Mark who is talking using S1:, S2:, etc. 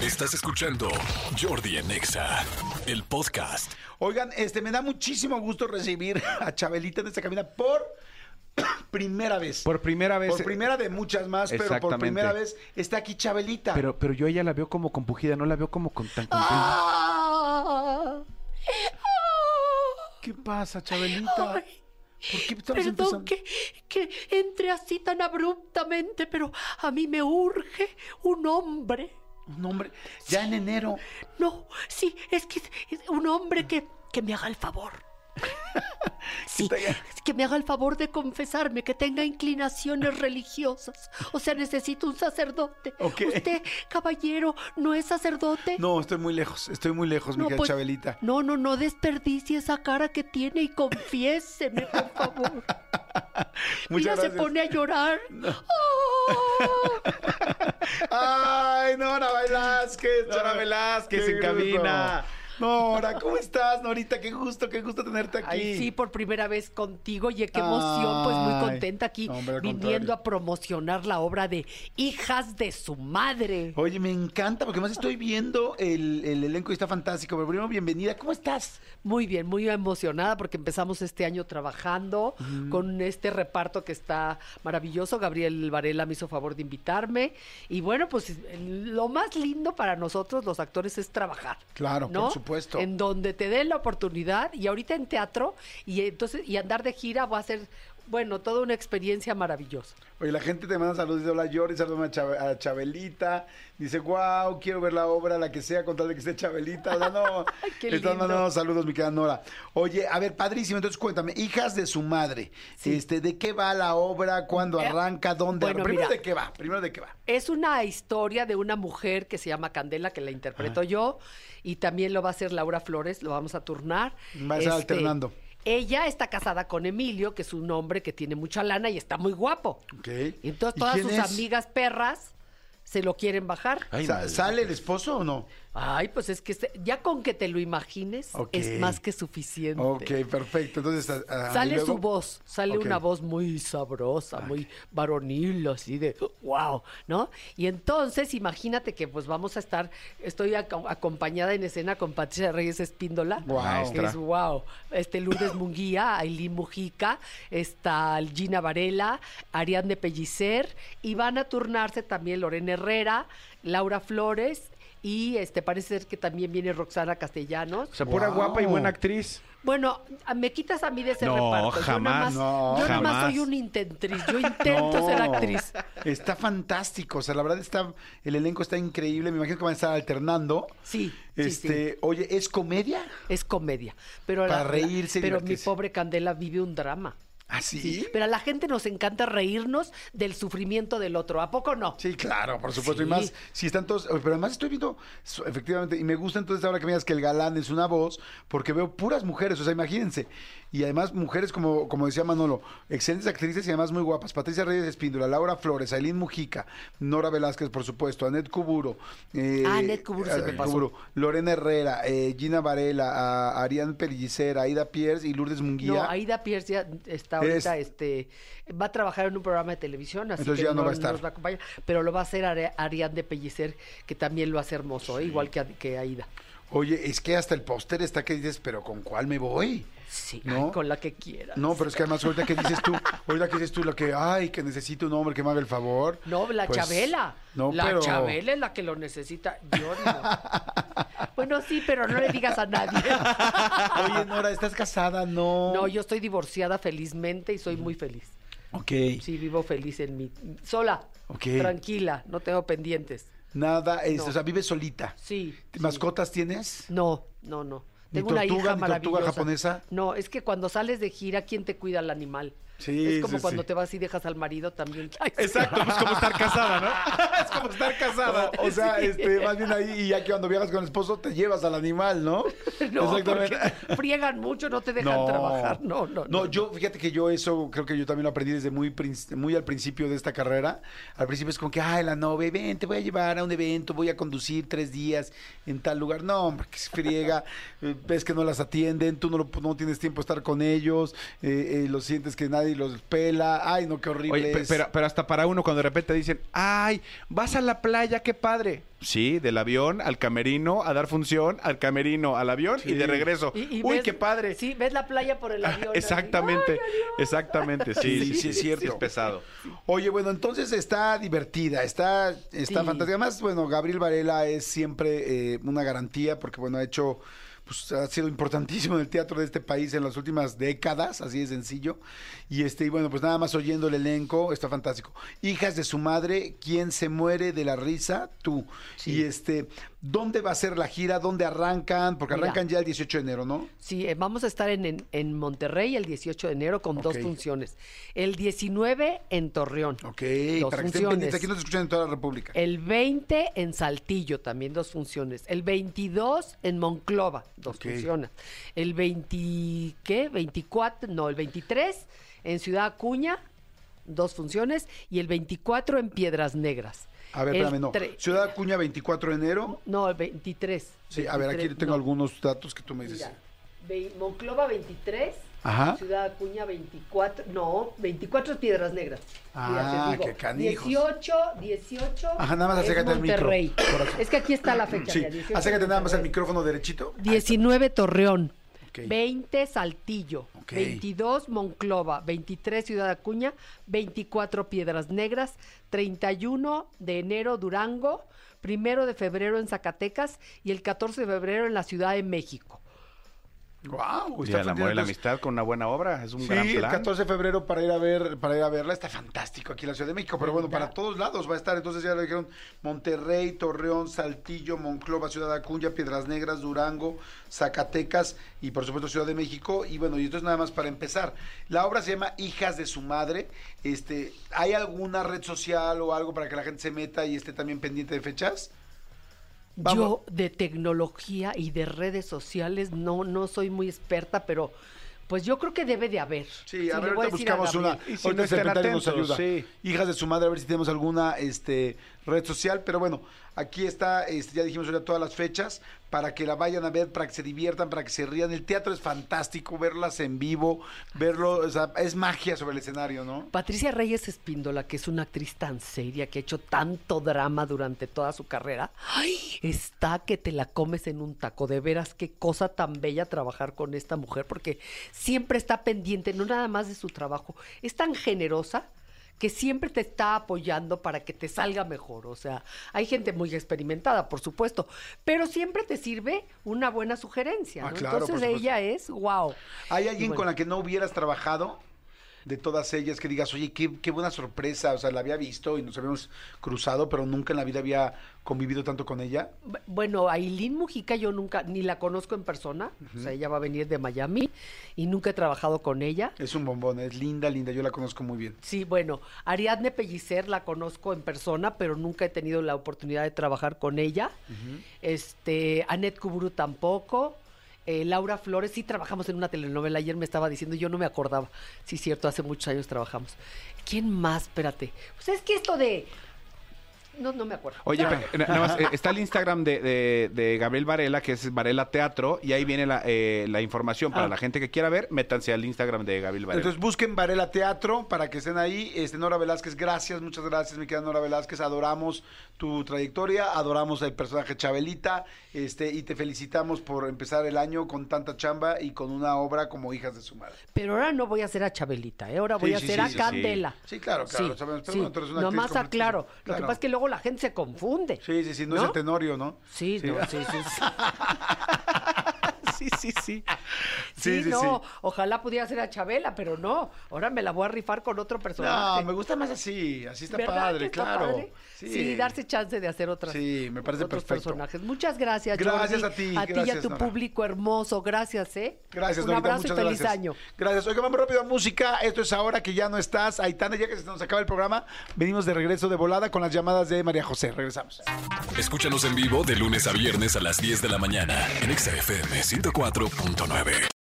S1: Estás escuchando Jordi en Exa, el podcast.
S2: Oigan, este, me da muchísimo gusto recibir a Chabelita en esta cabina por primera vez.
S3: Por primera vez.
S2: Por primera de muchas más, pero por
S3: Exactamente.
S2: primera vez está aquí Chabelita.
S3: Pero, pero yo a ella la veo como compugida, no la veo como con tan contenta.
S4: Ah,
S2: ¿Qué pasa, Chabelita?
S4: Ay,
S2: ¿Por qué estamos empezando?
S4: perdón que, que entre así tan abruptamente, pero a mí me urge un hombre.
S2: Un hombre, ya en enero.
S4: No, sí, es que es un hombre que, que me haga el favor. Sí,
S2: te haga-
S4: es que me haga el favor de confesarme que tenga inclinaciones religiosas. O sea, necesito un sacerdote.
S2: Ok.
S4: Usted, caballero, no es sacerdote.
S2: No, estoy muy lejos, estoy muy lejos, mi querida
S4: pues,
S2: Chabelita.
S4: No, no, no desperdicie esa cara que tiene y confiéseme, por favor. Mira,
S2: Muchas
S4: se
S2: gracias.
S4: pone a llorar. ¡Oh!
S2: Ay, Nora Velázquez,
S3: Nora Velázquez
S2: Qué
S3: en cabina.
S2: gusto. Nora, ¿cómo estás, Norita? Qué gusto, qué gusto tenerte aquí.
S4: Ay, sí, por primera vez contigo. Y qué emoción, pues muy
S2: Ay,
S4: contenta aquí,
S2: no, hombre, al contrario.
S4: viniendo a promocionar la obra de Hijas de su Madre.
S2: Oye, me encanta, porque más estoy viendo el, el elenco y está fantástico. Pero primero, bienvenida, ¿cómo estás?
S4: Muy bien, muy emocionada porque empezamos este año trabajando con este reparto que está maravilloso. Gabriel Varela me hizo favor de invitarme. Y bueno, pues lo más lindo para nosotros los actores es trabajar.
S2: Claro, por
S4: ¿no?
S2: supuesto.
S4: En donde te den la oportunidad y ahorita en teatro y entonces y andar de gira va a ser, bueno, toda una experiencia maravillosa.
S2: Oye, la gente te manda saludos, dice hola Jordi, saludame a, Chab- a Chabelita, dice wow, quiero ver la obra, la que sea, con tal de que esté Chabelita, o sea, no,
S4: Qué
S2: están
S4: lindo.
S2: mandando saludos, mi querida Nora. Oye, a ver, padrísimo, entonces cuéntame, hijas de su madre,
S4: Sí.
S2: este, ¿de qué va la obra? ¿Cuándo
S4: Eh,
S2: arranca? ¿Dónde?
S4: bueno,
S2: arranca? primero
S4: mira.
S2: de qué va, primero de qué va.
S4: Es una historia de una mujer que se llama Candela, que la interpreto yo, y también lo va a hacer Laura Flores, lo vamos a turnar. Este,
S2: Va a estar alternando.
S4: Ella está casada con Emilio, que es un hombre que tiene mucha lana y está muy guapo.
S2: Ok.
S4: Y entonces
S2: ¿Y
S4: todas
S2: quién
S4: sus
S2: es?
S4: amigas perras se lo quieren bajar.
S2: Sa- ¿Sale el esposo o no?
S4: Ay, pues es que este- ya con que te lo imagines
S2: Ok.
S4: es más que suficiente.
S2: Ok, perfecto, entonces... ah, ah, ¿y
S4: Sale
S2: luego?
S4: su voz, sale
S2: Ok.
S4: una voz muy sabrosa, muy varonil, así de wow, ¿no? Y entonces imagínate que pues vamos a estar, estoy aco- acompañada en escena con Patricia Reyes Espíndola,
S2: Guau.
S4: que
S2: Maestra.
S4: es wow, este Lourdes Munguía, Ailín Mujica, está Gina Varela, Ariadne Pellicer, y van a turnarse también Lorena Herrera, Laura Flores. Y este parece ser que también viene Roxana Castellanos.
S3: O sea, pura
S2: Wow.
S3: guapa y buena actriz.
S4: Bueno, a- me quitas a mí de ese
S5: No,
S4: reparto. yo nada
S5: jamás,
S4: más,
S2: no,
S4: yo nada más
S5: jamás.
S4: soy una intentriz. Yo intento
S2: No.
S4: ser actriz.
S2: Está fantástico, o sea, la verdad está, el elenco está increíble, me imagino que van a estar alternando.
S4: Sí, sí, sí.
S2: Este, oye, ¿es comedia?
S4: Es comedia. Pero
S2: Para
S4: la- la-
S2: reírse y
S4: Pero mi
S2: divertirse.
S4: pobre Candela vive un drama.
S2: ¿Así?
S4: Sí, Pero a la gente nos encanta reírnos del sufrimiento del otro. ¿A poco no?
S2: Sí, claro, por supuesto. Y
S4: Sí.
S2: más, si están todos. Pero además estoy viendo, su- efectivamente, y me gusta entonces ahora que me digas que el galán es una voz, porque veo puras mujeres, o sea, imagínense. Y además, mujeres, como, como decía Manolo, excelentes actrices y además muy guapas. Patricia Reyes Espíndola, Laura Flores, Aileen Mujica, Nora Velázquez, por supuesto, Anet Cuburo. eh,
S4: Ah, Annette Cuburo se me pasó.
S2: Lorena Herrera, eh, Gina Varela, a- Arián Pellicer, Aida Pierce y Lourdes Munguía.
S4: No, Aida Pierce ya está ahorita,
S2: Es-
S4: este, va a trabajar en un programa de televisión, así
S2: Entonces
S4: que
S2: ya no va a estar.
S4: nos va a acompañar, pero lo va a hacer Ari- Ariadne Pellicer, que también lo hace hermoso, ¿eh? igual que, a- que Aida.
S2: Oye, es que hasta el póster está que dices, pero ¿con cuál me voy?
S4: Sí,
S2: ¿No?
S4: ay, con la que quieras.
S2: No, pero es que además ahorita que dices tú, ahorita que dices tú lo que, ay, que necesito un hombre que me haga el favor.
S4: No, la
S2: pues,
S4: Chabela.
S2: No,
S4: la
S2: pero-
S4: Chabela es la que lo necesita. Yo no. bueno, sí, pero no le digas a nadie.
S2: Oye, Nora, ¿estás casada? No.
S4: No, yo estoy divorciada felizmente y soy muy feliz.
S2: Ok.
S4: Sí, vivo feliz en mi... Sola.
S2: Ok.
S4: Tranquila, no tengo pendientes.
S2: Nada, es-
S4: No.
S2: o sea, vives solita.
S4: Sí. sí.
S2: ¿Mascotas tienes?
S4: No, no, no.
S2: Ni
S4: Tengo una
S2: tortuga,
S4: hija
S2: ni tortuga
S4: maravillosa.
S2: japonesa.
S4: No, es que cuando sales de gira, ¿quién te cuida al animal?
S2: Sí,
S4: es como
S2: sí,
S4: cuando
S2: sí.
S4: te vas y dejas al marido también. Ay, sí.
S5: Exacto, pues como estar casada, ¿no?
S2: es como estar casada. O sea, este, más bien ahí, y ya que cuando viajas con el esposo te llevas al animal, ¿no?
S4: No, porque friegan mucho, no te dejan trabajar. No, no, no.
S2: yo, fíjate que yo eso creo que yo también lo aprendí desde muy, prin- muy al principio de esta carrera. Al principio es como que, ay, la novia, ven, te voy a llevar a un evento, voy a conducir tres días en tal lugar. No, hombre, que se friega, eh, ves que no las atienden, tú no, lo- no tienes tiempo de estar con ellos, eh, eh, lo sientes que nadie y los pela. Ay, no, qué horrible.
S5: Oye, pe-
S2: es.
S5: pero, pero hasta para uno, cuando de repente dicen, ay, vas a la playa, qué padre. Sí, del avión al camerino, a dar función, al camerino, al avión y de regreso.
S4: Y- y
S5: Uy,
S4: ves-
S5: qué padre.
S4: Sí, ves la playa por el
S2: Ah,
S4: avión. así.
S5: Exactamente,
S4: Ay, adiós.
S5: exactamente, sí,
S2: Sí,
S5: sí,
S2: sí, es cierto.
S5: es pesado.
S2: Oye, bueno, entonces está divertida, está, está
S4: Sí.
S2: fantástica. Además, bueno, Gabriel Varela es siempre eh, una garantía porque, bueno, ha hecho, pues ha sido importantísimo en el teatro de este país en las últimas décadas, así de sencillo. Y este, y bueno, pues nada más oyendo el elenco, está fantástico. Hijas de su madre, ¿quién se muere de la risa? Tú. Y este, ¿dónde va a ser la gira? ¿Dónde arrancan? Porque
S4: Mira.
S2: arrancan ya el 18 de enero, ¿no?
S4: Sí, eh, vamos a estar en, en- en Monterrey el 18 de enero con dos
S2: Ok.
S4: funciones. El 19 en Torreón.
S2: Ok,
S4: dos
S2: para que estén
S4: funciones. Eh,
S2: pendientes, aquí nos escuchan en toda la República.
S4: El 20 en Saltillo, también dos funciones. El 22 en Monclova, dos
S2: Ok.
S4: funciones. El 20, ¿qué? 24, no, el 23 en Ciudad Acuña, dos funciones. Y el 24 en Piedras Negras.
S2: A ver,
S4: El
S2: espérame, no.
S4: tre-
S2: Ciudad Acuña, 24 de enero.
S4: No, el 23.
S2: Sí, a ver, aquí
S4: 23,
S2: tengo
S4: Este, no,
S2: algunos datos que tú me dices.
S4: mira, ve- Monclova 23,
S2: Ajá.
S4: Ciudad Acuña 24, no, 24 es Piedras Negras.
S2: Ah,
S4: te digo,
S2: qué canijos.
S4: 18, 18.
S2: Ajá, nada más
S4: es
S2: acércate al micro,
S4: Monterrey.
S2: corazón.
S4: Es que aquí está la fecha.
S2: Sí,
S4: mira, 18
S2: acércate nada más al
S4: Monterrey.
S2: micrófono derechito.
S4: 19 Torreón,
S2: Ok.
S4: 20 Saltillo,
S2: Ok.
S4: 22 Monclova, 23 Ciudad Acuña, 24 Piedras Negras, 31 de enero Durango, 1 de febrero en Zacatecas y el 14 de febrero en la Ciudad de México.
S2: Wow,
S5: Y el amor y la amistad con una buena obra es un
S2: Sí,
S5: gran
S2: el
S5: plan.
S2: 14 de febrero para ir a ver, para ir a verla está fantástico aquí en la Ciudad de México, pero bueno, para todos lados va a estar, entonces ya lo dijeron Monterrey, Torreón, Saltillo, Monclova, Ciudad Acuña, Piedras Negras, Durango, Zacatecas y por supuesto Ciudad de México y bueno, y entonces nada más para empezar. La obra se llama Hijas de su madre. Este, ¿hay alguna red social o algo para que la gente se meta y esté también pendiente de fechas? Vamos.
S4: Yo de tecnología y de redes sociales no, no soy muy experta, pero pues yo creo que debe de haber.
S2: Sí, a
S4: le
S2: ver,
S4: voy
S2: ahorita
S4: decir a
S2: buscamos
S4: Gabriel.
S2: una.
S5: Y si
S2: ahorita
S5: no
S2: el
S5: estén
S2: secretario nos
S5: atentos,
S2: ayuda.
S5: sí.
S2: Hijas de su madre, a ver si tenemos alguna este, red social. Pero bueno, aquí está, este, ya dijimos ahorita todas las fechas, para que la vayan a ver, para que se diviertan, para que se rían. El teatro es fantástico, verlas en vivo, verlo, o sea, es magia sobre el escenario, ¿no?
S4: Patricia Reyes Espíndola, que es una actriz tan seria, que ha hecho tanto drama durante toda su carrera, ¡ay! está que te la comes en un taco. De veras, qué cosa tan bella trabajar con esta mujer, porque siempre está pendiente, no nada más de su trabajo, es tan generosa que siempre te está apoyando para que te salga mejor. O sea, hay gente muy experimentada, por supuesto, pero siempre te sirve una buena sugerencia.
S2: Ah,
S4: ¿no?
S2: claro, por
S4: Entonces
S2: supuesto.
S4: ella es, wow.
S2: ¿Hay alguien
S4: bueno.
S2: con la que no hubieras trabajado? De todas ellas, que digas, oye, qué, qué buena sorpresa, o sea, la había visto y nos habíamos cruzado, pero nunca en la vida había convivido tanto con ella.
S4: Bu- Bueno, Ailín Mujica yo nunca, ni la conozco en persona, o sea, ella va a venir de Miami y nunca he trabajado con ella.
S2: Es un bombón, es linda, linda, yo la conozco muy bien.
S4: Sí, bueno, Ariadne Pellicer la conozco en persona, pero nunca he tenido la oportunidad de trabajar con ella. Este, Anet Kuburu tampoco. Eh, Laura Flores, sí trabajamos en una telenovela, ayer me estaba diciendo, yo no me acordaba. Sí, cierto, hace muchos años trabajamos. ¿Quién más? Espérate. Pues es que esto de... No, no me acuerdo.
S5: Oye, pe- na- nada más, eh, está el Instagram de, de- de Gabriel Varela, que es Varela Teatro, y ahí viene la, eh, la información para
S4: Ah.
S5: la gente que quiera ver, métanse al Instagram de Gabriel Varela.
S2: Entonces busquen Varela Teatro para que estén ahí. Este, Nora Velázquez, gracias, muchas gracias, mi querida Nora Velázquez. Adoramos tu trayectoria, adoramos al personaje Chabelita, este, y te felicitamos por empezar el año con tanta chamba y con una obra como Hijas de su madre.
S4: Pero ahora no voy a ser a Chabelita, ¿eh? ahora voy
S2: Sí,
S4: a
S2: sí,
S4: ser
S2: sí,
S4: a
S2: sí, sí.
S4: Candela.
S2: Sí, claro, claro, sabemos, pero bueno, tú eres una actriz
S4: Nomás
S2: completamente-
S4: aclaro. Lo que
S2: claro.
S4: pasa es que luego la gente se confunde.
S2: Sí, sí, sí, no, es el tenorio, ¿no?
S4: Sí, no, sí, sí, sí.
S5: sí, sí, sí.
S2: Sí,
S4: Sí,
S2: sí,
S4: no,
S2: sí.
S4: ojalá pudiera ser a Chabela, pero no. Ahora me la voy a rifar con otro personaje.
S2: No, me gusta más así, así está
S4: ¿Verdad que
S2: padre,
S4: está
S2: claro.
S4: padre? Sí. darse chance de hacer otras.
S2: Sí, me parece
S4: otros
S2: perfecto.
S4: personajes. Muchas gracias,
S2: Gracias
S4: Jordi.
S2: a ti,
S4: A ti y a
S2: gracias,
S4: tu
S2: Nora.
S4: público hermoso. Gracias, ¿eh?
S2: Gracias,
S4: Un
S2: Norita,
S4: abrazo
S2: muchas
S4: y feliz
S2: gracias.
S4: año.
S2: Gracias. Oiga, vamos rápido a música. Esto es ahora que ya no estás. Aitana, ya que se nos acaba el programa, venimos de regreso de volada con las llamadas de María José. Regresamos.
S1: Escúchanos en vivo de lunes a viernes a las 10 de la mañana en Exa FM 104.9.